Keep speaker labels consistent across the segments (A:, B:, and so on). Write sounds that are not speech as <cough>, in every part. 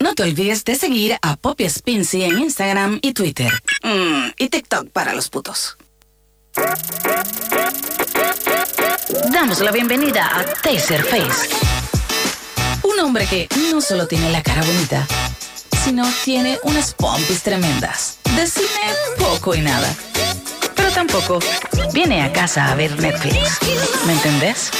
A: No te olvides de seguir a Poppy Spincy en Instagram y Twitter. Mm, y TikTok para los putos. Damos la bienvenida a Taserface. Un hombre que no solo tiene la cara bonita, sino tiene unas pompis tremendas. De cine poco y nada. Pero tampoco viene a casa a ver Netflix. ¿Me entendés?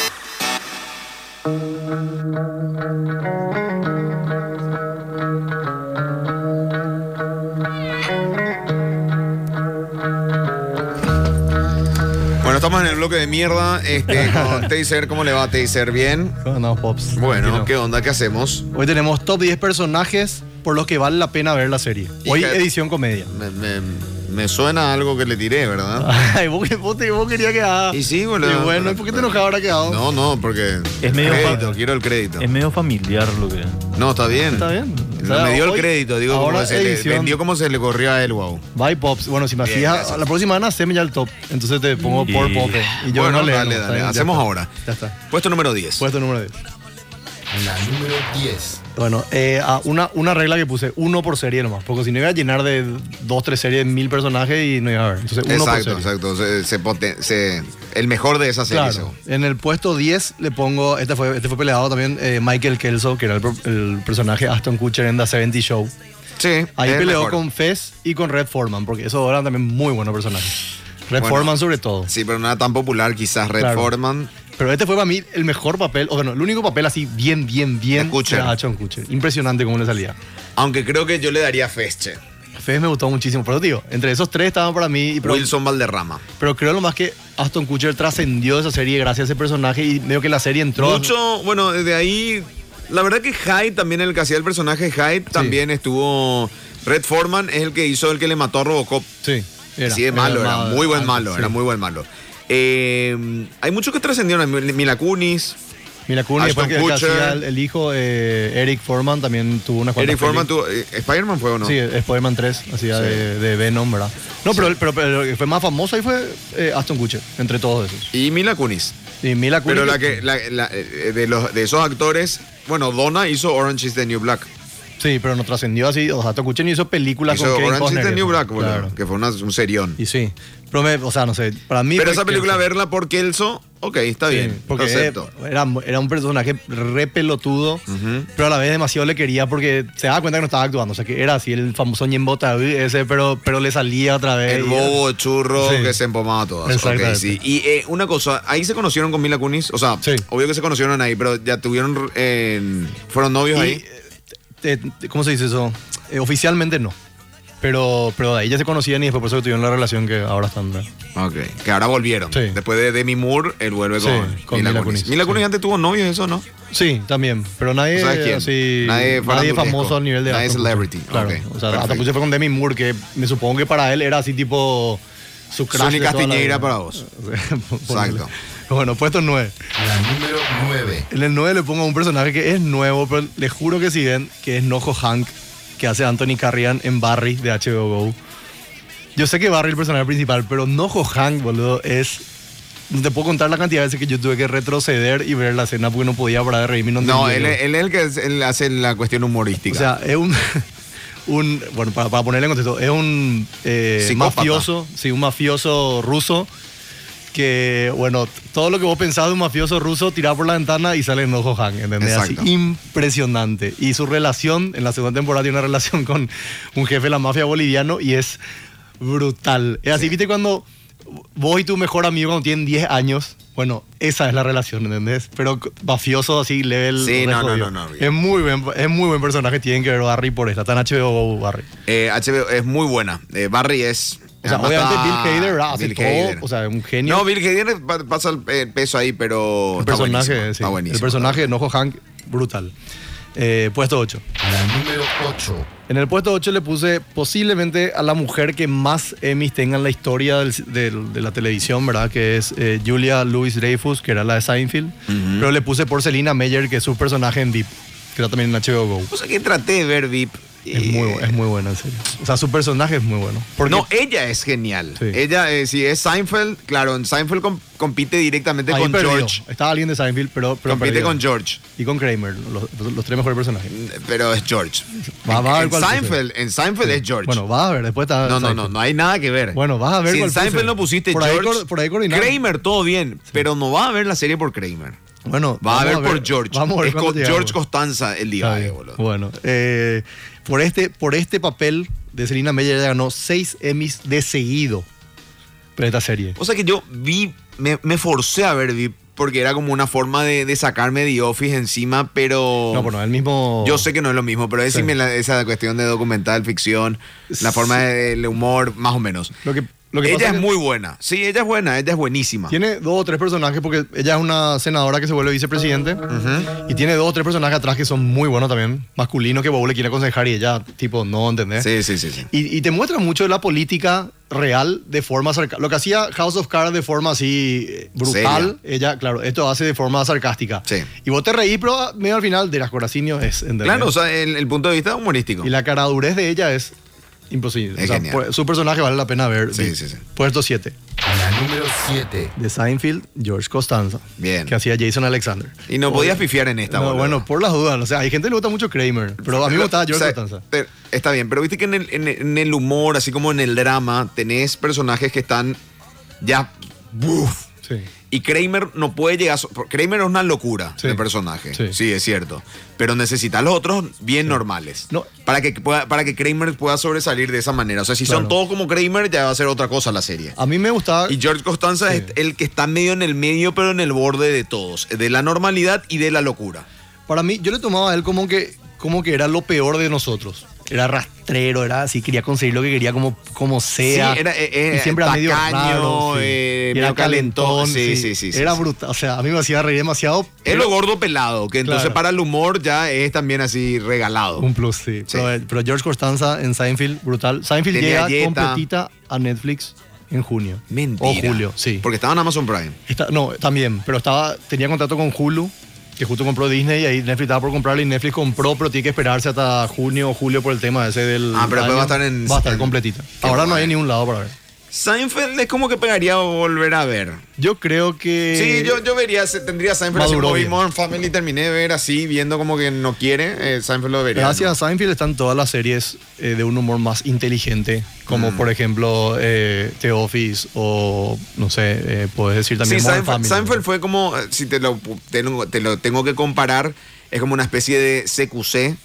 B: Bueno, estamos en el bloque de mierda
C: <laughs>
B: este, con Taser. ¿Cómo le va, Taser? ¿Bien?
C: ¿Cómo andamos, Pops?
B: Bueno,
C: Tranquilo.
B: ¿qué onda? ¿Qué hacemos?
C: Hoy tenemos top 10 personajes por los que vale la pena ver la serie. Hoy
B: Hija de-
C: edición comedia. <laughs>
B: Me, me- me suena algo que le tiré, ¿verdad?
C: Ay, vos, vos te- vos querías que haga.
B: Y sí, boludo.
C: Y bueno, ¿y por qué te enojas ahora quedado?
B: No, no, porque.
D: Es medio
B: Crédito,
D: fa-
B: quiero el crédito.
D: Es medio familiar lo que.
B: No, está bien.
C: Está bien. O
B: No
C: sea,
B: me dio
C: hoy-
B: el crédito, digo,
C: ahora
B: como se le,
C: edición.
B: vendió como se le corrió a él, wow.
C: Bye, Pops. Bueno, si me
B: Bien,
C: hacías.
B: gracias.
C: La próxima semana, haceme ya el top. Entonces te pongo
D: Y-
C: por Pope. Y yo
B: bueno,
C: no le gano.
B: dale,
C: Está
B: dale.
C: bien, ya
B: Hacemos
C: está.
B: ahora.
C: Ya está.
B: Puesto número 10.
C: Puesto número 10.
E: La número 10.
C: Bueno, eh, ah, una, una regla que puse, uno por serie nomás, porque si no iba a llenar de dos, tres series, mil personajes y no iba a haber. Entonces, uno por
B: exacto,
C: serie.
B: exacto. Se, se poten- se- el mejor de esa serie.
C: Claro. En el puesto 10 le pongo, este fue, este fue peleado también, eh, Michael Kelso, que era el, pro- el personaje Aston Kutcher en The 70 Show.
B: Sí.
C: Ahí
B: es el
C: peleó
B: mejor.
C: con Fez y con Red Foreman, porque esos dos eran también muy buenos personajes. Red
B: Bueno.
C: Foreman sobre todo.
B: Sí, pero no era tan popular, quizás Red
C: Claro.
B: Foreman.
C: Pero este fue para mí el mejor papel, o sea, no, el único papel así bien, bien, bien
B: De Kutcher.
C: era Ashton Kutcher. Impresionante cómo le salía.
B: Aunque creo que yo le daría Fesche.
C: Fez me gustó muchísimo, pero digo, entre esos tres estaban para mí, y pero,
B: Wilson Valderrama.
C: pero creo lo más que Aston Kutcher trascendió esa serie gracias a ese personaje y medio que la serie entró. a-
B: Mucho, bueno, de ahí. La verdad que Hyde también, el que hacía el personaje Hyde, también estuvo. Red Foreman es el que hizo el que le mató a Robocop.
C: Sí, era.
B: Así de malo, era,
C: ma-
B: muy buen
C: alto,
B: malo,
C: sí.
B: era muy buen malo. Eh, hay muchos que trascendieron. Mila Kunis,
C: Mila Kunis,
B: Ashton
C: después que, que
B: Kutcher.
C: hacía el, el hijo, eh, Eric Foreman también tuvo una
B: Eric Foreman, tuvo- eh, ¿Spider-Man fue o no?
C: Sí, Spider-Man 3, hacía
B: Sí.
C: de, de Venom, ¿verdad? No, pero, el- pero, pero el que fue más famoso ahí fue eh, Aston Kutcher, entre todos esos.
B: Y Mila Kunis.
C: Y Mila Kunis.
B: Pero la que, la- la- eh, de, los, de esos actores, bueno, Donna hizo Orange is the New Black.
C: Sí, pero no trascendió así. O sea, Aston Kutcher ni hizo películas
B: Hizo
C: con Kevin
B: Orange
C: Costner.
B: is the New
C: ¿no?
B: Black, boludo,
C: Claro.
B: que fue una- un serión.
C: Y sí. Pero me- o sea, no sé, para mí...
B: Pero
C: fue
B: esa película,
C: Kelso.
B: verla por Kelso, ok, está
C: Sí,
B: bien,
C: porque
B: acepto.
C: eh, Era, era un personaje re pelotudo,
B: Ujú.
C: pero a la vez demasiado le quería porque se daba cuenta que no estaba actuando. O sea, que era así el famoso ñembota ese, pero, pero le salía otra vez.
B: El
C: y-
B: bobo churro
C: Sí.
B: que se empomaba todas.
C: Exactamente.
B: Ok, sí. Y eh, una cosa, ahí se conocieron con Mila Kunis. O sea,
C: Sí.
B: obvio que se conocieron ahí, pero ya tuvieron. eh, fueron
C: y,
B: novios ahí.
C: eh, te- ¿Cómo se dice eso? Eh, oficialmente no. Pero, pero de ahí ya se conocían y después por eso tuvieron la relación que ahora están. ¿verdad?
B: Ok. Que ahora volvieron.
C: Sí.
B: Después de Demi Moore, él vuelve
C: Sí,
B: con,
C: con
B: Mila,
C: Mila
B: Kunis.
C: Kunis,
B: Mila Kunis
C: sí.
B: antes tuvo novios, eso, ¿no?
C: Sí, también. Pero nadie,
B: ¿Sabes quién?
C: así-
B: Nadie farandulesco.
C: famoso al nivel de
B: Nadie
C: Aston Kutcher.
B: celebrity.
C: Claro.
B: Ok,
C: O sea,
B: perfecto.
C: Aston Kutcher fue con Demi Moore, que me supongo que para él era así tipo su crush
B: Sonny
C: de toda la
B: Castiñeira
C: vida.
B: para vos.
C: <laughs> Ponele.
B: Exacto.
C: Bueno, puesto 9.
E: La número 9.
C: En el 9 le pongo a un personaje que es nuevo, pero le juro que si ven, que es Nojo Hank, que hace Anthony Carrian en Barry de HBO Go. Yo sé que Barry es el personaje principal, pero Nojo Hank, boludo, es. No te puedo contar la cantidad de veces que yo tuve que retroceder y ver la escena porque no podía parar de reírme. y No,
B: No,
C: entendía
B: él,
C: yo.
B: es- él es el que es- él hace la cuestión
C: O
B: humorística.
C: sea, es un. <laughs> un- bueno, para, para ponerle en contexto, es un eh,
B: Psicópata.
C: mafioso, sí, un mafioso ruso que, bueno, todo lo que vos pensás de un mafioso ruso, tirá por la ventana y sale en Ojo Han, ¿entendés? Así,
B: Exacto.
C: impresionante. Y su relación, en la segunda temporada, tiene una <laughs> relación con un jefe de la mafia boliviano y es brutal. Es así, ¿viste cuando vos y tu mejor amigo cuando tienen 10 años? Bueno, esa es la relación, ¿entendés? Pero c- mafioso así, level...
B: Sí,
C: re
B: no, no,
C: jodido.
B: no, no,
C: Es muy buen, es muy buen personaje, tienen que ver Barry por esta. Tan HBO Barry.
B: Eh, HBO es muy buena. Eh, Barry es.
C: O sea,
B: además
C: obviamente
B: está-
C: Bill Hader ¿verdad? hace
B: Bill
C: todo,
B: Hader.
C: o sea, un genio.
B: No, Bill Hader pa- pasa el pe- peso ahí, pero.
C: el
B: está
C: personaje,
B: buenísimo,
C: sí,
B: está buenísimo.
C: el personaje de Nojo Hank, brutal. Eh, puesto 8.
E: La número 8.
C: En el puesto 8 le puse posiblemente a la mujer que más Emmys tenga en la historia del- del- de la televisión, ¿verdad? Que es eh, Julia Louis Dreyfus, que era la de Seinfeld. Pero le puse por Selena Meyer, que es su personaje en VIP, que era también en HBO Go.
B: O sea, que Pues traté de ver VIP
C: Es muy, bu- es muy bueno, en serio. O sea, su personaje es muy bueno. Porque
B: no, ella es genial.
C: Sí.
B: Ella, eh, si es Seinfeld, claro, en Seinfeld com- compite directamente
C: ahí
B: con
C: perdió.
B: George.
C: Estaba alguien de Seinfeld, pero, pero
B: compite
C: perdió.
B: con George.
C: Y con Kramer, los, los tres mejores personajes.
B: Pero es George.
C: Va- va a ver
B: en,
C: cuál puse.
B: Seinfeld, en Seinfeld es George.
C: Bueno, vas a ver, después está.
B: no, no,
C: Seinfeld.
B: no, no hay nada que ver.
C: Bueno, vas a ver
B: Si en
C: cuál
B: Seinfeld
C: puse.
B: no pusiste
C: Por ahí
B: George.
C: cor- por ahí coordinamos.
B: Kramer, todo bien, pero no va a ver la serie por Kramer.
C: Bueno,
B: Va a
C: vamos
B: ver, por George.
C: Vamos a ver
B: Es
C: cuándo
B: con
C: llegamos.
B: George Costanza el
C: Está
B: día de,
C: bien.
B: boludo.
C: Bueno, eh, por, este, por este papel de Selena Meyer ella ganó seis Emmys de seguido por esta serie.
B: O sea que yo vi, me, me forcé a ver VIP porque era como una forma de, de sacarme The Office encima, pero.
C: No, bueno, el mismo.
B: Yo sé que no es lo mismo, pero
C: Sí.
B: decime la- esa cuestión de documental, ficción, la forma de- del humor, más o menos.
C: Lo que, lo que
B: ella
C: pasa
B: es
C: que
B: muy buena. Sí, ella es buena, ella es buenísima.
C: Tiene dos o tres personajes porque ella es una senadora que se vuelve vicepresidente y tiene dos o tres personajes atrás que son muy buenos también, masculinos que Bob le quiere aconsejar y ella, tipo, no, ¿entendés?
B: Sí, sí, sí, sí.
C: Y, y te muestra mucho de la política real de forma sarcástica. Lo que hacía House of Cards de forma así eh, brutal, ella, claro, esto hace de forma sarcástica.
B: Sí.
C: Y vos te reí, pero ah, medio al final de las coracinio es. ¿entendés?
B: Claro, o sea, el, el punto de vista humorístico.
C: Y la caradurez de ella es imposible.
B: Es
C: O sea,
B: genial.
C: por- su personaje vale la pena ver.
B: Sí, sí, sí.
C: Puesto 7.
E: La número 7.
C: De Seinfeld, George Costanza.
B: Bien.
C: Que hacía Jason Alexander.
B: Y no podías pifiar en esta,
C: No,
B: boludo.
C: bueno, por las dudas. O sea, hay gente que le gusta mucho Kramer, pero a mí me gustaba George
B: O sea,
C: Costanza.
B: pero- está bien, pero viste que en el, en el- en el humor, así como en el drama, tenés personajes que están ya. ¡buf!
C: Sí.
B: Y Kramer no puede llegar. a so- Kramer es una locura
C: Sí.
B: de personaje.
C: Sí.
B: Sí. es cierto. Pero necesita a los otros bien normales.
C: No.
B: Para, que pueda- para que Kramer pueda sobresalir de esa manera. O sea, si
C: Claro.
B: son todos como Kramer, ya va a ser otra cosa la serie.
C: A mí me gustaba.
B: Y George Costanza
C: Sí.
B: es el que está medio en el medio, pero en el borde de todos. De la normalidad y de la locura.
C: Para mí, yo le tomaba a él como que, como que era lo peor de nosotros. Era rastrero, era así, quería conseguir lo que quería como, como sea.
B: Sí, era, eh, eh,
C: y siempre era medio
B: tacaño,
C: raro, sí.
B: eh,
C: Y era
B: medio
C: calentón.
B: calentón, sí, sí, sí, sí,
C: era
B: sí.
C: brutal. O sea, a mí me hacía reír demasiado.
B: Es lo gordo pelado, que entonces
C: Claro.
B: para el humor ya es también así regalado.
C: Un plus, sí.
B: Sí.
C: Pero, pero George Costanza en Seinfeld, brutal. Seinfeld
B: Tenía
C: llega
B: dieta.
C: completita a Netflix en junio.
B: Mentira.
C: O Oh, julio, sí.
B: Porque estaba en Amazon Prime.
C: Está- no, también, pero estaba, tenía contrato con Hulu, que justo compró Disney y ahí Netflix estaba por comprarle y Netflix compró, pero tiene que esperarse hasta junio o julio por el tema ese del.
B: Ah, pero después va a estar en-
C: Va a estar
B: en-
C: completita.
B: Qué
C: Ahora no
B: guay.
C: hay ningún lado para ver.
B: Seinfeld es como que pegaría volver a ver.
C: Yo creo que.
B: Sí, yo, yo vería, se- tendría Seinfeld así
C: maduró
B: como vi
C: Eh, bien.
B: Modern Family, terminé de ver así, viendo como que no quiere, eh, Seinfeld lo vería.
C: Gracias a Seinfeld están todas las series eh, de un humor más inteligente, como
B: Mm.
C: por ejemplo eh, The Office o no sé, eh, puedes decir
B: Sí,
C: también Modern
B: Seinfeld,
C: Family.
B: Seinfeld fue como, eh, si te lo, pu- te lo- te lo tengo que comparar, es como una especie de CQC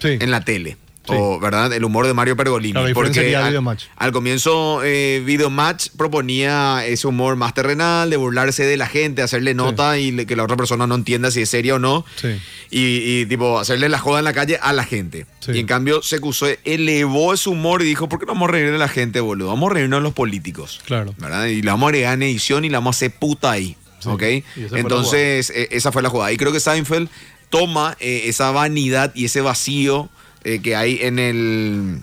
C: Sí.
B: en la tele.
C: Sí.
B: O, ¿verdad? El humor de Mario Pergolini.
C: Claro, la diferencia
B: porque
C: sería
B: al,
C: Videomatch.
B: al comienzo, eh, Videomatch proponía ese humor más terrenal, de burlarse de la gente, hacerle nota y le- que la otra persona no entienda si es seria o no.
C: Sí.
B: Y, y, tipo, hacerle la joda en la calle a la gente.
C: Sí.
B: Y en cambio, CQC elevó ese humor y dijo: ¿Por qué no vamos a reír de la gente, boludo? Vamos a reírnos de los políticos.
C: Claro.
B: ¿Verdad? Y la vamos a agregar en edición y la vamos a hacer puta ahí.
C: Sí.
B: ¿Ok?
C: Y esa fue la
B: Entonces.
C: jugada.
B: Es- e- esa fue la jugada. Y creo que Seinfeld toma eh, esa vanidad y ese vacío eh, que hay en el.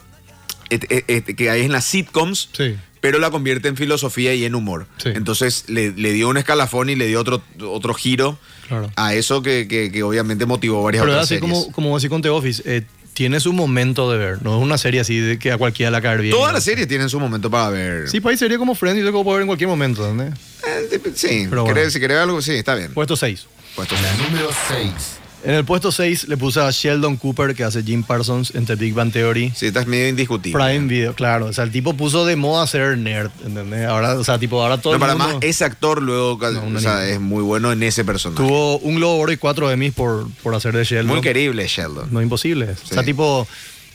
B: et- et- et- que hay en las sitcoms.
C: Sí.
B: Pero la convierte en filosofía y en humor.
C: Sí.
B: Entonces le, le dio un escalafón y le dio otro, otro giro
C: Claro.
B: a eso que, que- que obviamente motivó varias
C: Pero era
B: otras
C: así
B: series.
C: como, como así con The Office, eh, tiene su momento de ver, no es una serie así de que a cualquiera la caer bien.
B: Todas las series tienen su momento para ver.
C: Sí, país sería como Friends y todo que puedo ver en cualquier momento, ¿entendés?
B: Eh, sí, sí,
C: Pero
B: querés-
C: bueno. Pues,
B: si querés algo, sí, está bien.
C: Puesto 6.
B: Puesto
E: La
B: sí.
E: número 6.
C: En el puesto 6 le puse a Sheldon Cooper, que hace Jim Parsons en The Big Bang Theory.
B: Sí, estás medio indiscutible.
C: Prime Video, claro. O sea, el tipo puso de moda ser nerd, ¿entendés? Ahora, o sea, tipo, ahora todo
B: No,
C: el
B: para
C: mundo
B: más, ese actor luego
C: un
B: o sea,
C: animal.
B: es muy bueno en ese personaje.
C: tuvo un Globo de Oro y cuatro Emmys por, por hacer de Sheldon.
B: Muy querible Sheldon.
C: No imposible. O sea, tipo,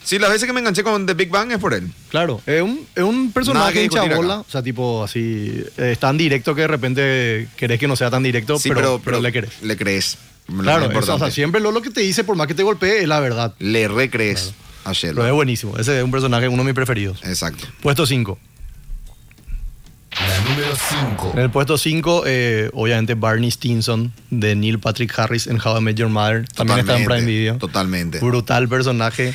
B: Sí, las veces que me enganché con The Big Bang es por él.
C: claro, es un, es un
B: Nada que
C: personaje hincha
B: discutir acá.
C: bola. O sea, tipo, así, eh, es tan directo que de repente querés que no sea tan directo,
B: Sí,
C: pero,
B: pero,
C: pero le querés.
B: Le crees. Lo más
C: Claro, eso, o
B: importante.
C: sea, siempre lo, lo que te dice, por más que te golpee, es la verdad.
B: Le recrees a
C: Pero es
B: Sheldon.
C: buenísimo. Ese es un personaje, uno de mis preferidos.
B: Exacto.
C: Puesto 5.
E: La número 5.
C: En el puesto 5, obviamente Barney Stinson de Neil Patrick Harris en How I Met Your Mother. También está en
B: Totalmente,
C: Prime Video.
B: Totalmente.
C: Brutal personaje.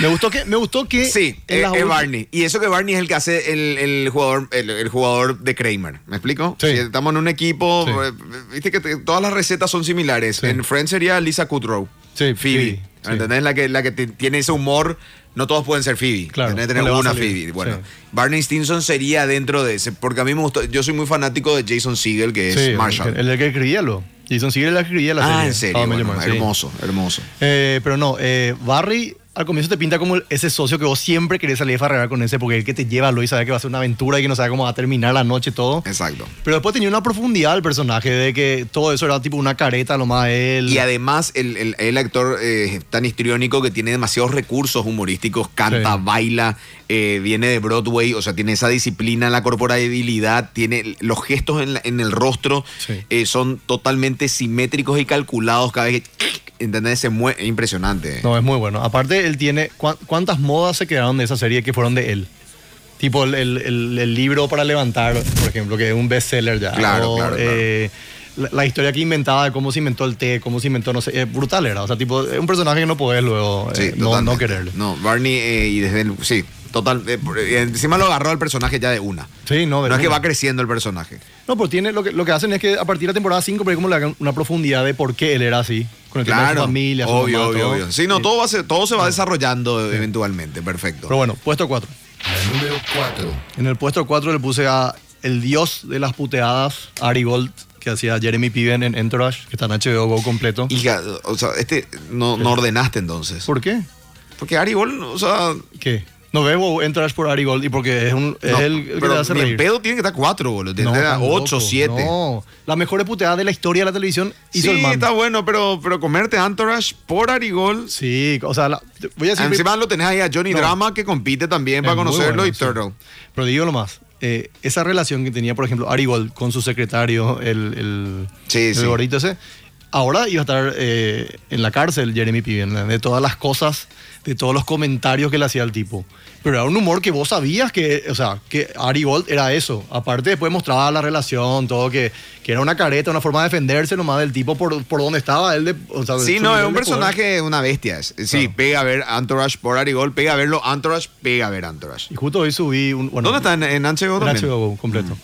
C: Me gustó que, me gustó que
B: Sí,
C: en
B: es,
C: las
B: es
C: ul-
B: Barney. Y eso que Barney es el que hace el, el jugador, el, el jugador de Kramer. ¿Me explico?
C: Sí.
B: Si estamos en un equipo,
C: Sí.
B: eh, viste que te- todas las recetas son similares.
C: Sí.
B: En Friends sería Lisa Kudrow.
C: Sí,
B: Phoebe.
C: Phoebe, sí.
B: ¿Entendés? La que, la que te- tiene ese humor. No todos pueden ser Phoebe.
C: Claro,
B: ¿entendés?
C: no le
B: Tener
C: va a
B: una
C: salir.
B: Phoebe. Bueno,
C: Sí.
B: Barney Stinson sería dentro de ese. Porque a mí me gustó. Yo soy muy fanático de Jason Segel, que es
C: Sí,
B: Marshall.
C: El, el que escribía lo. Jason Segel era el que escribía la
B: ah,
C: serie.
B: en serio.
C: How I Met Your
B: bueno,
C: Mother, sí.
B: hermoso, hermoso.
C: Eh, pero no, eh, Barry al comienzo te pinta como el- ese socio que vos siempre querés salir a farrear con ese porque el que te lleva a Luis sabe que va a ser una aventura y que no sabe cómo va a terminar la noche y todo.
B: Exacto.
C: Pero después tenía una profundidad el personaje de que todo eso era tipo una careta lo más de él.
B: Y además, el, el- el actor eh, es tan histriónico que tiene demasiados recursos humorísticos, canta,
C: Sí.
B: baila, eh, viene de Broadway, o sea, tiene esa disciplina, la corporabilidad, tiene los gestos en, la- en el rostro,
C: Sí.
B: eh, son totalmente simétricos y calculados cada vez que, ¿entendés? Se mue- es impresionante.
C: No, es muy bueno. Aparte, él tiene. cuán- ¿Cuántas modas se quedaron de esa serie que fueron de él? Tipo el, el- el- el libro para levantar, por ejemplo, que es un bestseller ya.
B: Claro,
C: O,
B: claro,
C: eh, La, la historia que inventaba de cómo se inventó el té, cómo se inventó, no sé, es brutal era. O sea, tipo, es un personaje que no podés luego
B: Sí,
C: eh, no, no
B: totalmente.
C: quererle.
B: No, Barney, eh, y desde el- Sí, total. eh, por- eh, encima lo agarró al personaje ya de una.
C: Sí, no, de
B: No es que
C: una.
B: va creciendo el personaje.
C: No, pero tiene, lo, que, lo que hacen es que a partir de la temporada 5, pero como le hagan una profundidad de por qué él era así. Con el tema de su
B: Claro.
C: familia, su
B: obvio,
C: mamá,
B: obvio,
C: todo.
B: obvio. Sí, no,
C: Sí. Ah.
B: todo, va a ser- todo se va desarrollando eventualmente. Perfecto.
C: Pero bueno, puesto 4.
E: La número 4.
C: En el puesto 4 le puse a el dios de las puteadas, Ari Gold, que hacía Jeremy Piven en Entourage, que está en HBO Go completo.
B: Hija, o sea, este no, no ordenaste entonces.
C: ¿Por qué?
B: Porque Ari Gold, o sea.
C: ¿Qué? No veo Entourage por Ari Gold y porque es, un, es
B: no,
C: el, el que
B: pero
C: te hace
B: ni en
C: reír.
B: pedo tiene que estar cuatro, boludo. Tiene
C: No,
B: que estar
C: tampoco,
B: ocho, siete.
C: No, las mejores puteadas de la historia de la televisión hizo
B: Sí,
C: el man.
B: está bueno, pero, pero comerte Entourage por Ari Gold.
C: Sí, o sea, la- voy a decir...
B: Encima lo tenés ahí a Johnny
C: No.
B: Drama que compite también
C: Es
B: para
C: muy
B: conocerlo
C: bueno,
B: y
C: sí.
B: Turtle.
C: Pero digo lo más. eh, esa relación que tenía, por ejemplo, Ari Gold con su secretario, el, el,
B: Sí,
C: el
B: sí.
C: gordito ese, ahora iba a estar eh, en la cárcel Jeremy Piven, ¿no? de todas las cosas, de todos los comentarios que le hacía el tipo. Pero era un humor que vos sabías que, o sea, que Ari Gold era eso. Aparte, después mostraba la relación, todo, que, que era una careta, una forma de defenderse nomás del tipo por, por donde estaba él. de- o sea,
B: Sí,
C: su
B: no, es
C: nivel
B: un
C: de poder.
B: personaje, una bestia. es. Sí,
C: Claro.
B: pega a ver Entourage por Ari Gold, pega a verlo Entourage, pega a ver Entourage.
C: Y justo hoy subí un. bueno,
B: ¿Dónde está? ¿En, en HBO
C: En
B: también?
C: HBO completo.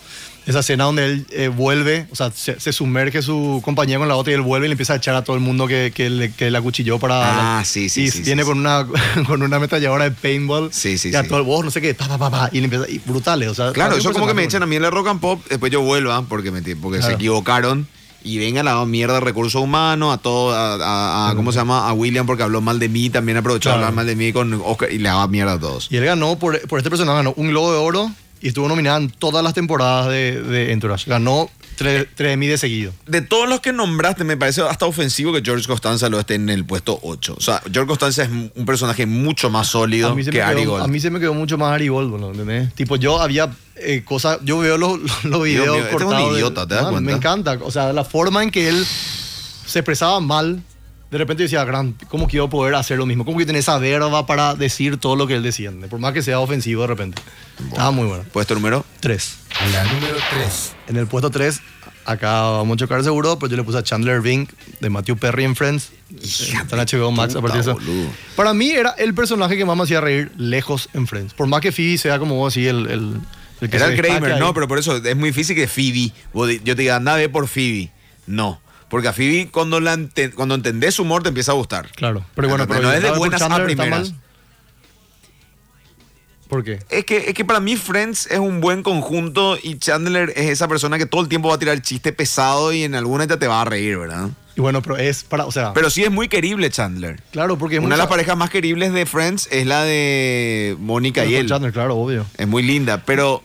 C: Esa escena donde él eh, vuelve, o sea, se, se sumerge su compañía con la otra y él vuelve y le empieza a echar a todo el mundo que, que, le, que le acuchilló para.
B: Ah, sí, sí,
C: Y
B: sí,
C: viene
B: sí,
C: con, Una, <laughs> con una ametralladora de paintball.
B: Sí, sí,
C: y a
B: sí.
C: todo el vos, no sé qué, pa, pa, pa, pa, y le empieza. Y brutales, o sea.
B: Claro,
C: hace un
B: eso como que me
C: personaje
B: echan a mí en la rock and pop, después yo vuelva porque, me, porque se
C: Claro.
B: equivocaron y venga la mierda de recursos humanos, a todo, a, a- a- ¿cómo se llama? A William porque habló mal de mí, también aprovechó a
C: Claro.
B: hablar mal de mí con Oscar y le daba mierda a todos.
C: Y él ganó, por, por este personaje, ganó un Globo de Oro y estuvo nominado en todas las temporadas de, de Entourage. Ganó tres, tres Emmy de seguido.
B: De todos los que nombraste, me parece hasta ofensivo que George Costanza lo esté en el puesto 8. O sea, George Costanza es un personaje mucho más
C: A
B: sólido
C: mí, se
B: que
C: me
B: Ari
C: quedó,
B: Gold.
C: a mí se me quedó mucho más Ari Gold, boludo, ¿entendés? Tipo, yo había eh, cosas, yo veo los, <laughs> los-
B: Dios
C: los videos
B: mío, este es un
C: cortados. de-
B: idiota, ¿te das
C: Man,
B: cuenta?
C: Me encanta, o sea, la forma en que él se expresaba mal, de repente yo decía, gran, ¿cómo que iba a poder hacer lo mismo? ¿Cómo que tiene esa verba para decir todo lo que él decía? ¿entendés? Por más que sea ofensivo de repente. Estaba muy bueno.
B: Puesto número.
C: Tres.
E: La número 3.
C: En el puesto tres, acá vamos a chocar seguro, pero yo le puse a Chandler Bing de Matthew Perry en Friends.
B: Hija
C: Está en
B: de
C: HBO Max a
B: puta,
C: partir de eso.
B: boludo.
C: Para mí era el personaje que más me hacía reír lejos en Friends. Por más que Phoebe sea como vos, así el, el, el
B: <laughs>
C: que
B: Era
C: se
B: el
C: destaca
B: Kramer,
C: ahí.
B: no, pero por eso es muy difícil que Phoebe, vos di- yo te diga, anda, ve por Phoebe. No, porque a Phoebe cuando, la ente- cuando entendés su humor te empieza a gustar.
C: Claro, pero bueno,
B: Entonces,
C: pero
B: Ah, no es de
C: ¿por
B: buenas a
C: Chandler está
B: primeras.
C: mal? ¿Por qué?
B: Es que, es que para mí Friends es un buen conjunto y Chandler es esa persona que todo el tiempo va a tirar chiste pesado y en alguna ya te va a reír, ¿verdad?
C: Y bueno, pero es para, o sea,
B: Pero sí es muy querible Chandler.
C: Ah. claro, porque es
B: Una de
C: mucha-
B: las parejas más queribles de Friends es la de Mónica y
C: con
B: él.
C: Chandler, claro, obvio.
B: Es muy linda, pero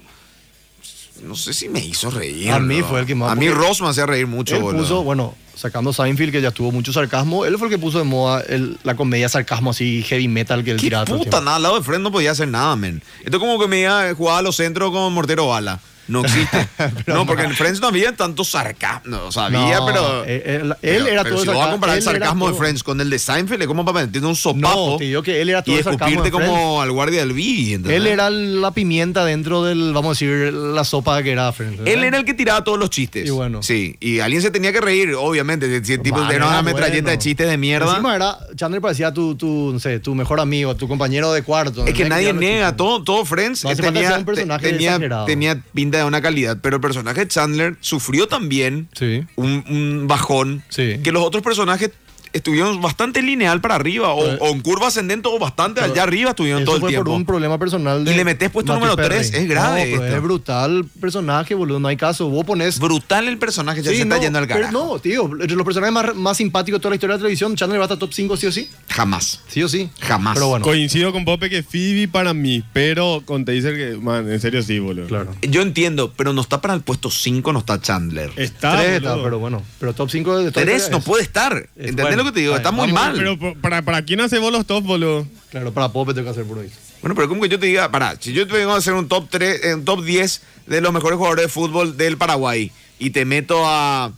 B: no sé si me hizo reír.
C: A mí
B: bro.
C: fue el que más-
B: A mí
C: porque-
B: Ross me hacía reír mucho,
C: él
B: boludo.
C: puso, bueno, sacando Seinfeld, que ya tuvo mucho sarcasmo, él fue el que puso de moda el- la comedia sarcasmo así, heavy metal que él
B: ¿Qué
C: tiraba. todo el
B: puta?
C: tiempo.
B: Nada, al lado de Fred no podía hacer nada, men. Esto es como que me iba, jugaba a los centros con mortero bala. No existe.
C: <laughs>
B: no, porque en Friends no había tanto sarcasmo. No, o sea, había,
C: No,
B: pero.
C: eh, él- él
B: pero-
C: era
B: pero
C: todo
B: Si vos vas a
C: sarca-
B: comparar el
C: él era
B: sarcasmo de
C: todo-
B: Friends con el de Seinfeld, es como para meterte un sopapo.
C: No, te digo que él era todo
B: y
C: el sarcasmo de
B: escupirte
C: Friends.
B: como al guardia del Bibi. ¿entendés?
C: Él era la pimienta dentro del, vamos a decir, la sopa que era Friends. ¿verdad?
B: Él era el que tiraba todos los chistes.
C: Y bueno.
B: Sí, y alguien se tenía que reír, obviamente. Si el tipo
C: Vale,
B: tenía una
C: era
B: metralleta
C: bueno.
B: de chistes de mierda.
C: Encima era, Chandler parecía tu, tu, no sé, tu mejor amigo, tu compañero de cuarto.
B: Es que
C: ¿entendés?
B: nadie
C: ya lo
B: niega,
C: existe.
B: todo, todo Friends
C: No hace falta
B: tenía,
C: ser un personaje
B: te- tenía,
C: exagerado.
B: tenía pinta de una calidad, pero el personaje de Chandler sufrió también
C: Sí.
B: un, un bajón
C: Sí.
B: que los otros personajes estuvieron bastante lineal para arriba o,
C: Pero-
B: o en curva ascendente o bastante
C: pero
B: allá arriba estuvieron
C: Eso
B: todo el
C: fue
B: tiempo.
C: por un problema personal. De
B: Y le metés puesto
C: Matthew
B: número tres,
C: Perry.
B: es grave
C: No, pero
B: esto.
C: es brutal personaje, boludo. No hay caso. Vos pones.
B: Brutal el personaje, ya
C: Sí,
B: se está
C: no,
B: yendo al
C: pero
B: carajo.
C: No, tío. Entre los personajes más, más simpáticos de toda la historia de la televisión, Chandler va hasta top 5 sí o sí.
B: Jamás.
C: Sí o sí.
B: Jamás.
C: Pero bueno.
D: Coincido con Pope que Phoebe para mí, pero con te dice que, man, en serio sí, boludo.
C: Claro.
B: Yo entiendo, pero no está para el puesto 5, no está Chandler.
D: Está,
C: Tres está,
D: boludo.
C: pero bueno. Pero top 5 de toda la
B: Tres
C: historia
B: no
C: es-
B: puede estar.
C: es-
B: ¿Entendés
C: bueno,
B: lo que te digo?
C: está
B: Está
C: bien,
B: muy
C: vamos a
B: mal.
D: Pero por- para, para quién hace vos los top, boludo.
C: Claro, para Pope tengo que hacer por ahí.
B: Bueno, pero ¿cómo que yo te diga? Pará, si yo te vengo a hacer un top 3, un top 10 de los mejores jugadores de fútbol del Paraguay y te meto a,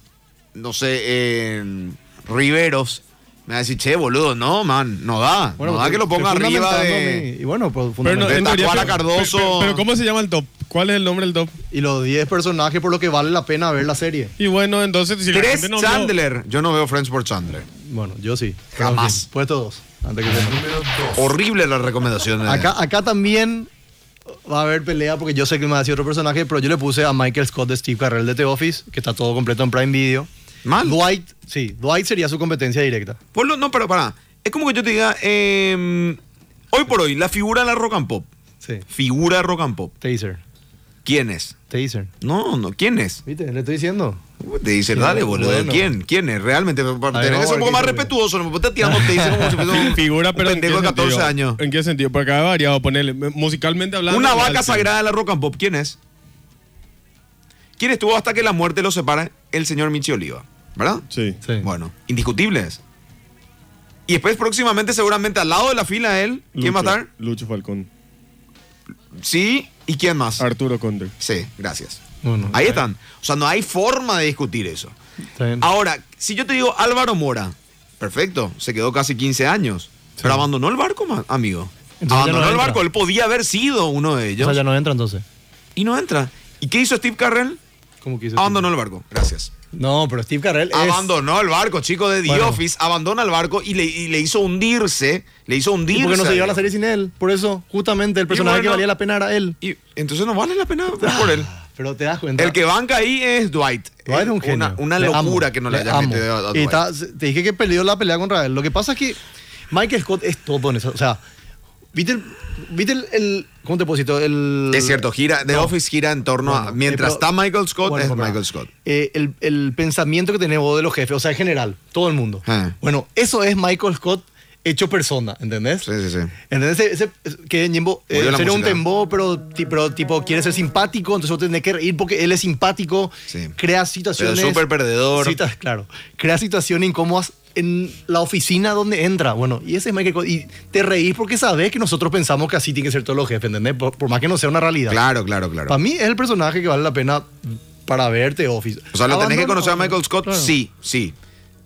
B: no sé, en Riveros, me vas a decir, che, boludo, no, man, no da. no da
C: pues,
B: que lo
C: estoy
B: ponga arriba
C: fundamentándome
B: de...
C: Y bueno, pues
D: Pero
C: fundamental-
B: De
D: en teoría,
B: Tacuara
D: pero-
B: Cardoso.
D: Pero, pero ¿cómo se llama el top? ¿Cuál es el nombre del top?
C: Y los 10 personajes por lo que vale la pena ver la serie.
D: Y bueno, entonces si la
B: Tres
D: gente no- no-
B: Chandler. Yo no veo Friends por Chandler.
C: Bueno, yo sí. Pero,
B: Jamás.
C: en fin, puesto dos. Antes que sepa.
E: número 2,
B: Horrible la recomendación. eh.
C: Acá, acá también va a haber pelea porque yo sé que me va a decir otro personaje, pero yo le puse a Michael Scott de Steve Carrell de The Office, que está todo completo en Prime Video.
B: Mal.
C: Dwight, sí, Dwight sería su competencia directa.
B: Por lo- no, pero pará. Es como que yo te diga, eh, hoy por hoy, la figura de la rock and pop.
C: Sí.
B: Figura de rock and pop.
C: Taser.
B: ¿Quién es?
C: Taser.
B: No, no, ¿quién es?
C: ¿Viste? Le estoy diciendo.
B: Te dice,
C: Sí,
B: dale, boludo.
C: bueno.
B: ¿Quién? ¿Quién es? Realmente, para tener que
C: vamos
B: ser un poco
C: a ver
B: más
C: qué-
B: respetuoso. No me estás tirando, te dice como si fuese
D: Fi-
B: un,
D: Figura, pero
B: un
D: ¿en qué
B: pendejo de 14
D: sentido?
B: años.
D: ¿En qué sentido? Porque ha variado, ponerle musicalmente hablando.
B: Una
D: es
B: vaca
D: alto.
B: sagrada de la rock and pop, ¿quién es? ¿Quién estuvo hasta que la muerte lo separa? El señor Michi Oliva, ¿verdad?
D: Sí.
C: Sí.
B: Bueno, indiscutibles. Y después, próximamente, seguramente al lado de la fila, él. ¿Quién va a
D: Lucho-
B: estar?
D: Lucho Falcón.
B: Sí. ¿Y quién más?
D: Arturo Conde.
B: Sí, gracias.
C: Bueno,
D: eh.
B: Ahí están. O sea, no hay forma de discutir eso.
C: Está bien.
B: Ahora, si yo te digo Álvaro Mora, perfecto, se quedó casi 15 años, pero abandonó el barco, ma- amigo.
C: Entonces ya
B: abandonó
C: no
B: el
C: entra.
B: barco, él podía haber sido uno de
C: O
B: ellos
C: sea, ya no entra entonces.
B: y no entra. ¿Y qué hizo Steve Carrell?
C: ¿Cómo quiso?
B: Abandonó el barco, gracias.
C: No, pero Steve Carrell es...
B: Abandonó el barco, chico de The
C: Bueno.
B: Office, abandona el barco y le, y le hizo hundirse, le hizo hundirse.
C: Y porque no se lleva
B: digamos.
C: la serie sin él. Por eso, justamente, el personaje que
B: bueno-
C: valía la pena era él.
B: Y entonces no vale la
C: Ah.
B: pena ver por él.
C: Pero te das cuenta.
B: El que banca ahí es Dwight. Eh,
C: Dwight es un
B: Una,
C: genio.
B: una
C: Le
B: locura
C: amo,
B: que no le, haya
C: amo.
B: metido a, a
C: Y
B: Dwight.
C: está- te dije que perdió la pelea contra él. Lo que pasa es que Michael Scott es todo en eso. O sea, ¿viste el. viste el, el- ¿Cómo te posito? El.
B: Es cierto, gira, The Office gira en torno a.
C: Bueno,
B: Mientras
C: eh,
B: está
C: pero-
B: Michael Scott,
C: Bueno,
B: es
C: pero-
B: Michael Scott.
C: eh, el, el pensamiento que tenés vos de los jefes, o sea, en general, todo el mundo.
B: Ah.
C: Bueno, eso es Michael Scott hecho persona, ¿entendés?
B: Sí, sí, sí.
C: ¿Entendés? Ese, ese- que Ñembo eh,
B: Odio la
C: sería un
B: música.
C: tembo, pero, ti- pero tipo quiere ser simpático, entonces vos tenés que reír porque él es simpático,
B: Sí.
C: crea situaciones.
B: Pero es súper perdedor.
C: Cita- claro. Crea situaciones incómodas en la oficina donde entra. Bueno, y ese es Michael Cole. Y te reís porque sabes que nosotros pensamos que así tienen que ser todos los jefes, ¿entendés? Por, por más que no sea una realidad.
B: Claro, claro, claro.
C: Para mí es el personaje que vale la pena para verte, Office.
B: o sea, ¿lo tenés que
C: Abandono-
B: conocer a Michael Scott?
C: Claro.
B: Sí, sí.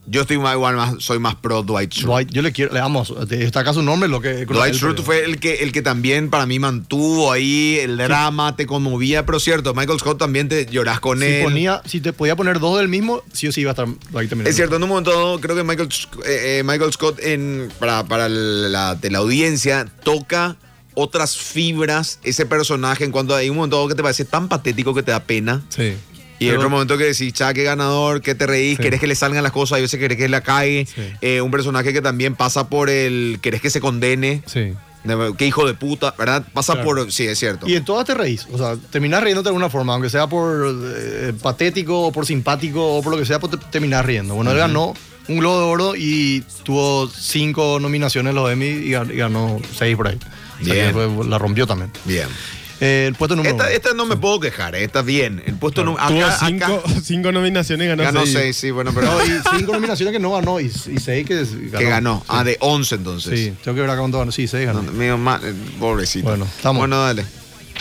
B: Yo estoy más, igual más, soy más pro Dwight Schrute. Dwight,
C: Dwight, yo le quiero, le amo, está acá su nombre, lo que...
B: Schrute fue el que, el que también para mí mantuvo ahí el drama, te conmovía, pero cierto, Michael Scott también te llorás con
C: Si,
B: él.
C: ponía, si te podía poner dos del mismo, sí o sí iba a estar Dwight también.
B: Es cierto, en un momento dado, creo que Michael, Sc- eh, eh, Michael Scott en, para, para la, de la audiencia toca otras fibras, ese personaje, en cuanto hay un momento dado que te parece tan patético que te da pena.
C: Sí.
B: Y en
C: Pero-
B: otro momento que decís, cha, qué ganador, que te reís,
C: Sí.
B: querés que le salgan las cosas, a veces querés que la cague.
C: Sí.
B: Eh, un personaje que también pasa por el, querés que se condene,
C: Sí.
B: de- qué hijo de puta, ¿verdad? Pasa
C: Claro.
B: por, sí, es cierto.
C: Y en todas te reís. O sea, terminás riéndote de alguna forma, aunque sea por eh, patético o por simpático o por lo que sea, pues, te- terminás riendo. Bueno, él ganó un Globo de Oro y tuvo cinco nominaciones en los Emmy y gan- y ganó seis por ahí. O sea, que
B: Bien.
C: fue- la rompió también.
B: Bien.
C: Eh, el puesto número
B: Esta,
C: uno.
B: esta no me puedo quejar, eh, está bien. El puesto nu-
D: Tuvo
B: acá-
D: cinco, <laughs>
B: acá-
D: cinco nominaciones y ganó,
B: ganó
D: seis.
B: seis, sí, bueno, pero...
C: No, y cinco nominaciones que no ganó y, y seis que s- ganó.
B: Que ganó.
C: Sí.
B: Ah, de 11 entonces.
C: Sí, tengo que ver acá cuánto ganó. Sí, seis ganó.
B: No, mío, ma- eh, pobrecito.
C: Bueno, estamos.
B: Bueno, dale.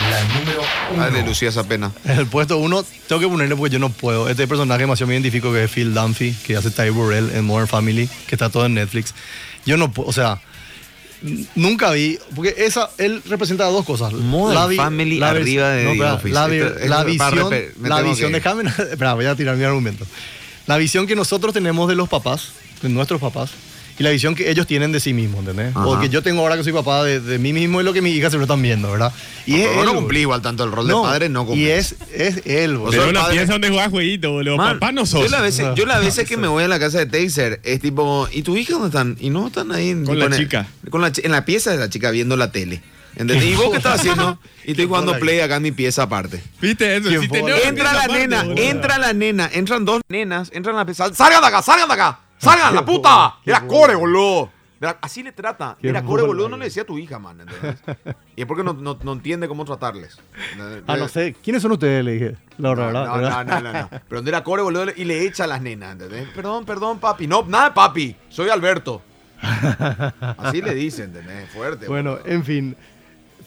E: la
F: La número 1.
B: Dale, Lucía, esa pena.
G: En el puesto uno, tengo que ponerle porque yo no puedo. Este personaje demasiado me identifico que es Phil Dunphy, que hace Ty Burrell en Modern Family, que está todo en Netflix. Yo no puedo, o sea, n- nunca vi, porque esa, él representa dos cosas.
B: Modern
G: vi-
B: Family
G: vers-
B: arriba de The
G: espera,
B: Office.
G: La, vi-
B: Esto- esto
G: la
B: es para
G: visión,
B: repe- me
G: la
B: tengo
G: visión,
B: que-
G: déjame, <laughs> espera, voy a tirar mi argumento. La visión que nosotros tenemos de los papás, de nuestros papás, y la visión que ellos tienen de sí mismos, ¿entendés?
B: Ajá.
G: O que yo tengo ahora que soy papá de, de mí mismo y lo que mis hijas se lo están viendo, ¿verdad? Y
B: No,
G: es
B: vos
G: él,
B: no
G: boludo.
B: cumplí igual tanto el rol de padre, no cumplí.
G: Y es, es él, boludo.
B: O sea,
D: Pero una
B: padre-
D: pieza donde jugás jueguito, boludo.
B: Man,
D: Papá no sos.
B: Yo las veces, yo las veces que
G: sí.
B: me voy a la casa de Taser, es tipo, ¿y tus hijas dónde están? Y no están ahí. en-
D: Con la
B: en-
D: chica.
B: con la chi- en la pieza de la chica viendo la tele. ¿Entendés? ¿Y vos qué estás haciendo?
D: <laughs>
B: Y estoy jugando
G: bola,
B: play acá en mi pieza aparte.
D: ¿Viste eso?
G: Qué
D: Si
G: bola.
D: tenés
B: Entra
D: esa
B: la
D: parte,
B: nena,
D: boludo.
B: entra la nena, entran dos nenas, entran a la pieza. ¡Salgan de acá, salgan de acá! ¡Salgan, la puta! Era core, boludo. Era- Así le trata. Era core, boludo, no le decía a tu hija, man. ¿entendés? Y es porque no, no- no entiende cómo tratarles.
C: Ah, no sé. ¿Quiénes son ustedes? Le dije. La
B: No,
C: verdad, ¿verdad?
B: no,
C: ¿verdad?
B: no, no, no, no. Pero donde era core, boludo, y le echa a las nenas, ¿entendés? Perdón, perdón, papi. No, nada, papi. Soy Alberto. Así le dicen, ¿entendés? Fuerte.
C: Bueno,
B: boludo.
C: en fin.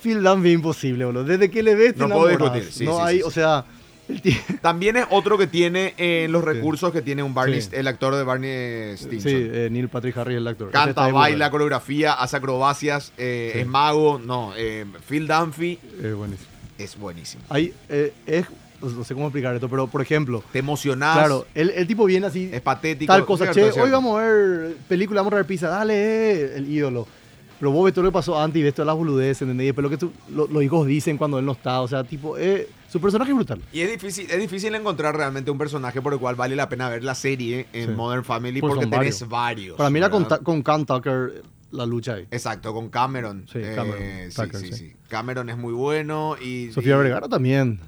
C: Phil Dunphy imposible, boludo. Desde que le ves, te
B: No puedo
C: enamoras.
B: discutir, sí,
C: no
B: sí,
C: hay,
B: sí, sí.
C: o sea, el tío-
B: También es otro que tiene eh, los recursos que tiene un Barney,
C: Sí.
B: el actor de Barney Stinson.
C: Sí, eh, Neil Patrick Harris, el actor. Este está
B: Canta,
C: ahí,
B: baila,
C: boludo.
B: coreografía, hace acrobacias, eh, es mago. No, eh, Phil Dunphy
C: Eh, buenísimo.
B: es buenísimo.
C: Ahí, eh, es, no sé cómo explicar esto, pero por ejemplo,
B: Te emocionás.
C: claro, el, el tipo viene así.
B: Ah, Es patético,
C: Tal cosa,
B: cierto,
C: che,
B: cierto.
C: hoy vamos a ver película, vamos a ver pizza, dale, eh, el ídolo. Pero vos ves todo lo que pasó antes y ves todas las boludeces, ¿entendés? Y después lo que tú- lo- los hijos dicen cuando él no está, o sea, tipo, eh, su personaje es brutal.
B: Y es difícil, es difícil encontrar realmente un personaje por el cual vale la pena ver la serie eh, en
C: Sí.
B: Modern Family
C: Pues
B: porque
C: son
B: tenés varios.
C: varios. Para mí era con,
B: ¿verdad?
C: Ta- con Cam Tucker eh, la lucha ahí.
B: Exacto, con Cameron.
C: Sí,
B: Eh,
C: Cameron
B: sí,
C: Tucker,
B: sí,
C: sí.
B: sí. Cameron es muy bueno y...
C: Sofía
B: y-
C: Vergara también.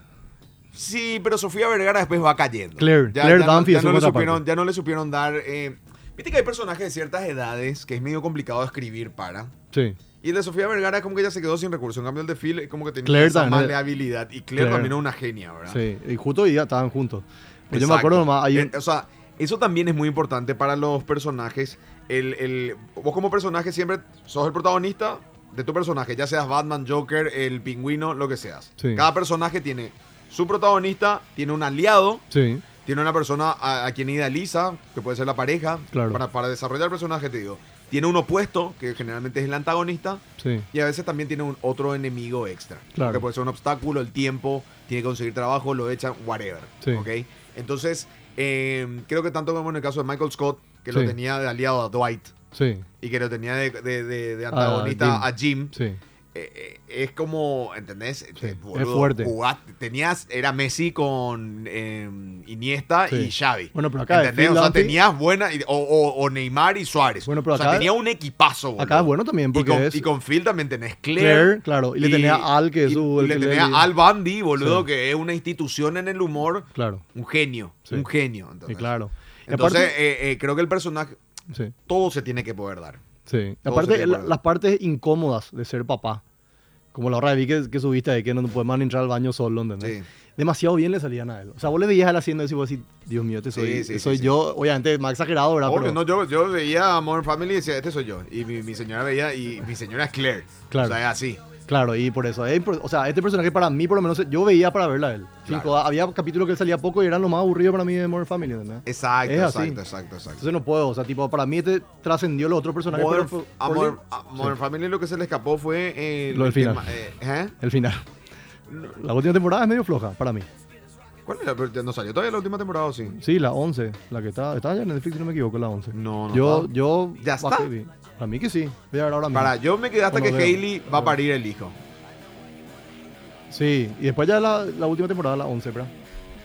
B: Sí, pero Sofía Vergara después va cayendo.
C: Claire,
B: ya,
C: Claire
B: ya no-
C: Dunphy
B: ya
C: es
B: no,
C: su
B: le
C: contraparte.
B: supieron, ya no le supieron dar... eh, Viste que hay personajes de ciertas edades que es medio complicado escribir para...
C: Sí.
B: Y el de Sofía Vergara como que ya se quedó sin recursos. En cambio el de Phil eh, como que tenía
C: Claire
B: esa
C: también era-
B: maleabilidad. Y Claire,
C: Claire.
B: también es una genia, ¿verdad?
C: Sí, y justo y ya estaban juntos. Pues yo me
B: Exacto.
C: acuerdo nomás, hay un-
B: Eh, o sea, eso también es muy importante para los personajes. El, el- vos como personaje siempre sos el protagonista de tu personaje, ya seas Batman, Joker, el pingüino, lo que seas.
C: Sí.
B: Cada personaje tiene su protagonista, tiene un aliado,
C: Sí,
B: tiene una persona a, a quien idealiza, que puede ser la pareja.
C: Claro.
B: Para, para desarrollar el personaje, te digo. Tiene un opuesto, que generalmente es el antagonista,
C: sí.
B: y a veces también tiene un otro enemigo extra.
C: Claro.
B: Que puede ser un obstáculo, el tiempo, tiene que conseguir trabajo, lo echan, whatever.
C: Sí.
B: ¿ok? Entonces, eh, creo que tanto como en el caso de Michael Scott, que lo
C: Sí.
B: tenía de aliado a Dwight
C: Sí,
B: y que lo tenía de, de- de- de antagonista
C: Ah,
B: a Jim,
C: sí.
B: eh, eh, es como, ¿entendés? Eh,
C: es fuerte.
B: jugá- tenías, era Messi con eh, Iniesta
C: Sí.
B: y Xavi.
C: Bueno, pero acá de
B: ¿entendés? O
C: Phil
B: sea,
C: Dunphy-
B: tenías buena, y- o, o- o Neymar y Suárez.
C: Bueno, pero
B: o sea,
C: acá-
B: tenía un equipazo. boludo.
C: Acá es bueno también porque
B: Y con,
C: es...
B: y con Phil también tenés Claire.
C: Claire, claro, y le tenía a Al, que es
B: y-
C: su-
B: y
C: el
B: le
C: que le-
B: tenía a Al Bundy, boludo,
C: Sí.
B: que es una institución en el humor.
C: Claro,
B: Un genio.
C: Sí.
B: Un genio. Entonces,
C: sí, claro. Y
B: Entonces,
C: aparte-
B: eh, eh, creo que el personaje.
C: sí,
B: Todo se tiene que poder dar.
C: sí.
B: todo se
C: Aparte,
B: tiene
C: la-
B: que-
C: las partes incómodas de ser papá, como la hora de vi que, que subiste de que no puedes más ni entrar al baño solo, ¿entendés?
B: Sí.
C: Demasiado bien le salían a él. O sea, vos le veías a él haciendo eso y vos decís, Dios mío, este soy,
B: Sí, sí,
C: este
B: sí,
C: soy
B: sí.
C: yo. Obviamente, más exagerado, ¿verdad?
B: Obvio,
C: Pero-
B: no, yo, yo veía a Modern Family y decía, este soy yo. Y mi, mi señora veía, y mi señora es Claire.
C: Claro.
B: O sea, es así.
C: Claro, y por eso. eh, por- o sea, este personaje para mí, por lo menos, yo veía para verla a él.
B: Claro.
C: Tipo, había capítulos que él salía poco y eran lo más aburrido para mí de Modern Family, ¿entendés?
B: Exacto,
C: Es así.
B: exacto, exacto, exacto.
C: Entonces no puedo, o sea, tipo, para mí este trascendió los otros personajes.
B: Modern,
C: pero por-
B: a
C: por
B: Modern-
C: link-
B: a Modern Family lo que se le escapó fue. eh,
C: Lo del
B: el
C: final.
B: tema, eh, ¿eh?
C: El final. La última temporada es medio floja para mí.
B: ¿Cuál era? Pero ¿No salió todavía la última temporada o sí?
C: Sí, la 11, la que está, está ya en Netflix, si no me equivoqué, la 11.
B: No, no
C: Yo,
B: está.
C: yo.
B: ¿Ya está?
C: bajé, vi. Para mí que sí. Voy a ver ahora mismo.
B: Para, yo me quedé hasta que
C: Cuando veo.
B: Hailey va a parir el hijo.
C: Sí, y después ya la, la última temporada, la 11, ¿verdad?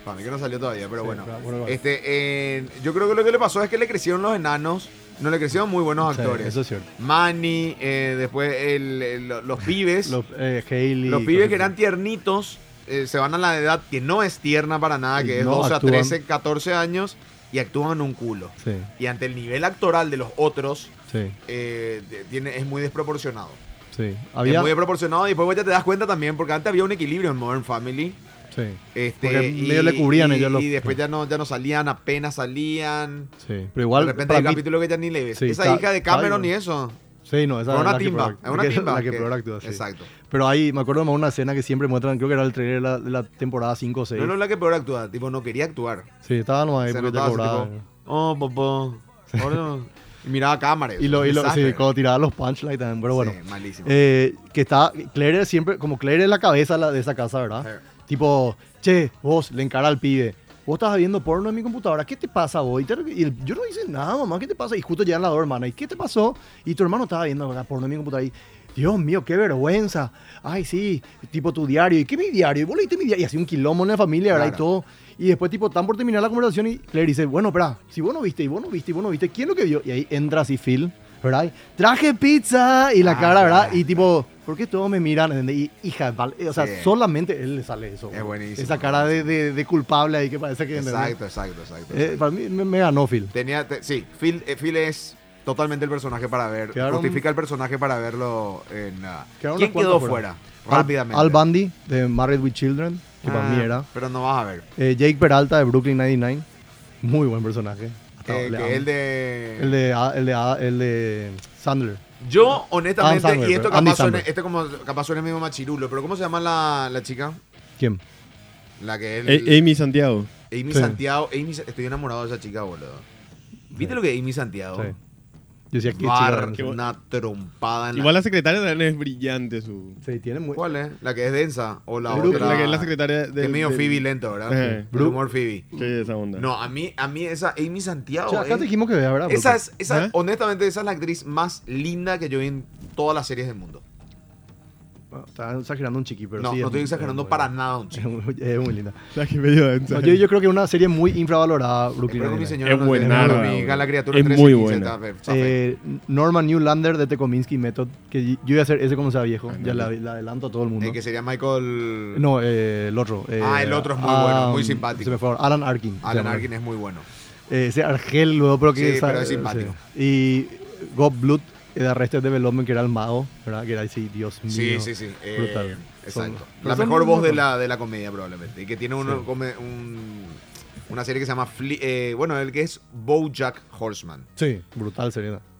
B: Para mí que no salió todavía, pero
C: Sí,
B: bueno.
C: pero bueno, vale.
B: este, eh, yo creo que lo que le pasó es que le crecieron los enanos. No le crecieron muy buenos
C: Sí,
B: actores.
C: eso es cierto.
B: Manny, eh, después el- el- lo- los pibes.
C: Los,
B: los,
C: eh, Hailey.
B: pibes
C: cosas
B: que eran
C: así.
B: tiernitos eh, se van a la edad que no es tierna para nada,
C: Y
B: que es
C: no
B: 12
C: actúan.
B: a 13, 14 años, y actúan un culo.
C: Sí,
B: Y ante el nivel actoral de los otros,
C: sí,
B: eh, de- tiene, es muy desproporcionado.
C: sí. Había.
B: Es muy desproporcionado y después vos ya te das cuenta también, porque antes había un equilibrio en Modern Family.
C: Sí,
B: Este,
C: Porque medio le cubrían ellos los-
B: y después ya no, ya no salían, apenas salían.
C: sí. Pero
B: De
C: igual.
B: repente
C: para
B: hay
C: mí-
B: capítulo que ya ni le ves.
C: Sí,
B: Esa
C: está-
B: hija de
C: está
B: Cameron y
C: igual.
B: eso.
C: Sí, no, esa
B: Pero una
C: la que
B: timba,
C: peor act-
B: es una
C: que-
B: timba
C: <laughs> La que
B: que-
C: peor actúa, sí.
B: exacto.
C: Pero ahí, me acuerdo más una escena que siempre muestran, creo que era el trailer de la, de la temporada 5 o 6.
B: No, no es la que peor actúa, tipo, no quería actuar.
C: Sí, estaba nomás ahí
B: Se
C: porque
B: notaba
C: ya
B: así,
C: cobraba.
B: tipo, oh, papá. ahora-". Y miraba a cámara.
C: Y, lo, y lo, sí,
B: desastre.
C: cuando tiraba los punchlines también, pero bueno.
B: Sí, malísimo.
C: Eh, que está, Claire siempre, como Claire es la cabeza la- de esa casa, ¿verdad? Tipo, che, vos, le encara al pibe. Vos estabas viendo porno en mi computadora, ¿qué te pasa vos? Y, te- y el- yo no hice nada, mamá, ¿qué te pasa? Y justo llegan las dos hermanas, ¿y qué te pasó? Y tu hermano estaba viendo la porno en mi computadora y, Dios mío, qué vergüenza. Ay, sí, tipo tu diario, ¿y qué mi diario? Y vos leíste mi diario, y así un quilombo en la familia, ¿verdad? Y
B: Claro.
C: todo. Y después, tipo, están por terminar la conversación y Claire dice, bueno, espera, si vos no viste, y vos no viste, y vos no viste, ¿quién es lo que vio? Y ahí entra así Phil, ¿verdad? Y, Traje pizza y la
B: Ah,
C: cara, ¿verdad?
B: claro.
C: Y tipo, ¿por qué todos me miran? ¿entendés? Y hija, val- o sea,
B: Sí.
C: solamente él le sale eso.
B: Es
C: güey.
B: buenísimo.
C: Esa cara de, de- de culpable ahí que parece que... ¿entendés?
B: Exacto, exacto, exacto.
C: Eh, para mí me, me ganó Phil.
B: Tenía, te- sí, Phil, eh, Phil es totalmente el personaje para ver.
C: Quedaron-
B: justifica el personaje para verlo en. ah,
C: Quedaron
B: ¿Quién
C: unos cuantos
B: quedó
C: fuera.
B: fuera?
C: Al-
B: Rápidamente.
C: Al Bundy de Married with Children, que para
B: Ah,
C: mí era.
B: Pero no vas a ver.
C: Eh, Jake Peralta de Brooklyn 99, muy buen personaje. Hasta
B: Eh,
C: le
B: que
C: amo.
B: el de.
C: El de, ah, el de, ah, el de Sandler.
B: Yo, honestamente,
C: Adam Sandler,
B: y esto
C: pero- Andy
B: capaz suene,
C: Samberg.
B: este como, capaz suene mismo machirulo, pero ¿cómo se llama la, la chica?
C: ¿Quién?
B: La que él.
D: E- Amy Santiago.
B: Eh, Amy
C: Sí.
B: Santiago. Amy Sa- estoy enamorado de esa chica, boludo. ¿Viste lo que Amy Santiago?
C: Sí. Yo decía que
B: Bar,
D: Qué bo-
B: una trompada en
D: Igual la secretaria también es brillante su.
C: Sí, tiene muy.
B: ¿Cuál es? La que es densa o la
D: La,
B: otra.
D: que es la secretaria Eh,
B: Que
D: de.
B: es medio Phoebe lento, ¿verdad?
D: Ajá.
B: El
C: Blue-
B: humor Phoebe.
D: Sí, esa onda.
B: No, a mí, a mí esa Amy Santiago.
C: O sea, acá
B: eh.
C: te dijimos que vea, ¿verdad?
B: esa es, esa,
D: ¿Eh?
B: honestamente, esa es la actriz más linda que yo vi en todas las series del mundo.
C: Bueno, Estaba exagerando un chiqui, pero
B: no,
C: sí. es
B: no estoy
C: muy-
B: exagerando
C: es muy-
B: para nada, un
C: Es
B: chico.
C: muy, es muy linda.
D: La que medio densa.
C: No, yo, yo creo que es una serie muy infravalorada, Brooklyn.
B: Espero que mi
C: Nine-Nine.
B: señora
D: Es
B: no esté
D: buenarda,
B: viendo mi
D: boludo.
B: Gala criatura
D: Es
B: 13,
D: muy
B: 15,
D: buena.
B: está fe- está fe.
C: Eh, Norman Newlander de The Kominsky Method, que yo iba a hacer ese como sea viejo, ya la, la adelanto a todo el mundo.
B: El que sería Michael.
C: No, eh, el otro. eh,
B: Ah, el otro es muy bueno, muy simpático.
C: se me fue ahora. Alan Arkin. se
B: Alan
C: llama.
B: Arkin es muy bueno.
C: Eh, ese Argel, luego, pero que
B: Sí,
C: esa- eh,
B: pero es simpático.
C: sí. Y Gob Blood de Arrested Development, que era el mago, ¿verdad? Que era así, Dios mío.
B: Sí, sí, sí. eh,
C: Brutal. Son-
B: exacto.
C: pero
B: La
C: son
B: mejor
C: muy
B: voz de
C: buenos.
B: la, de la comedia, probablemente. Y que tiene uno, come- un- una serie que se llama. Fle- eh, bueno, el que es Bojack Horseman.
C: Sí, brutal sería.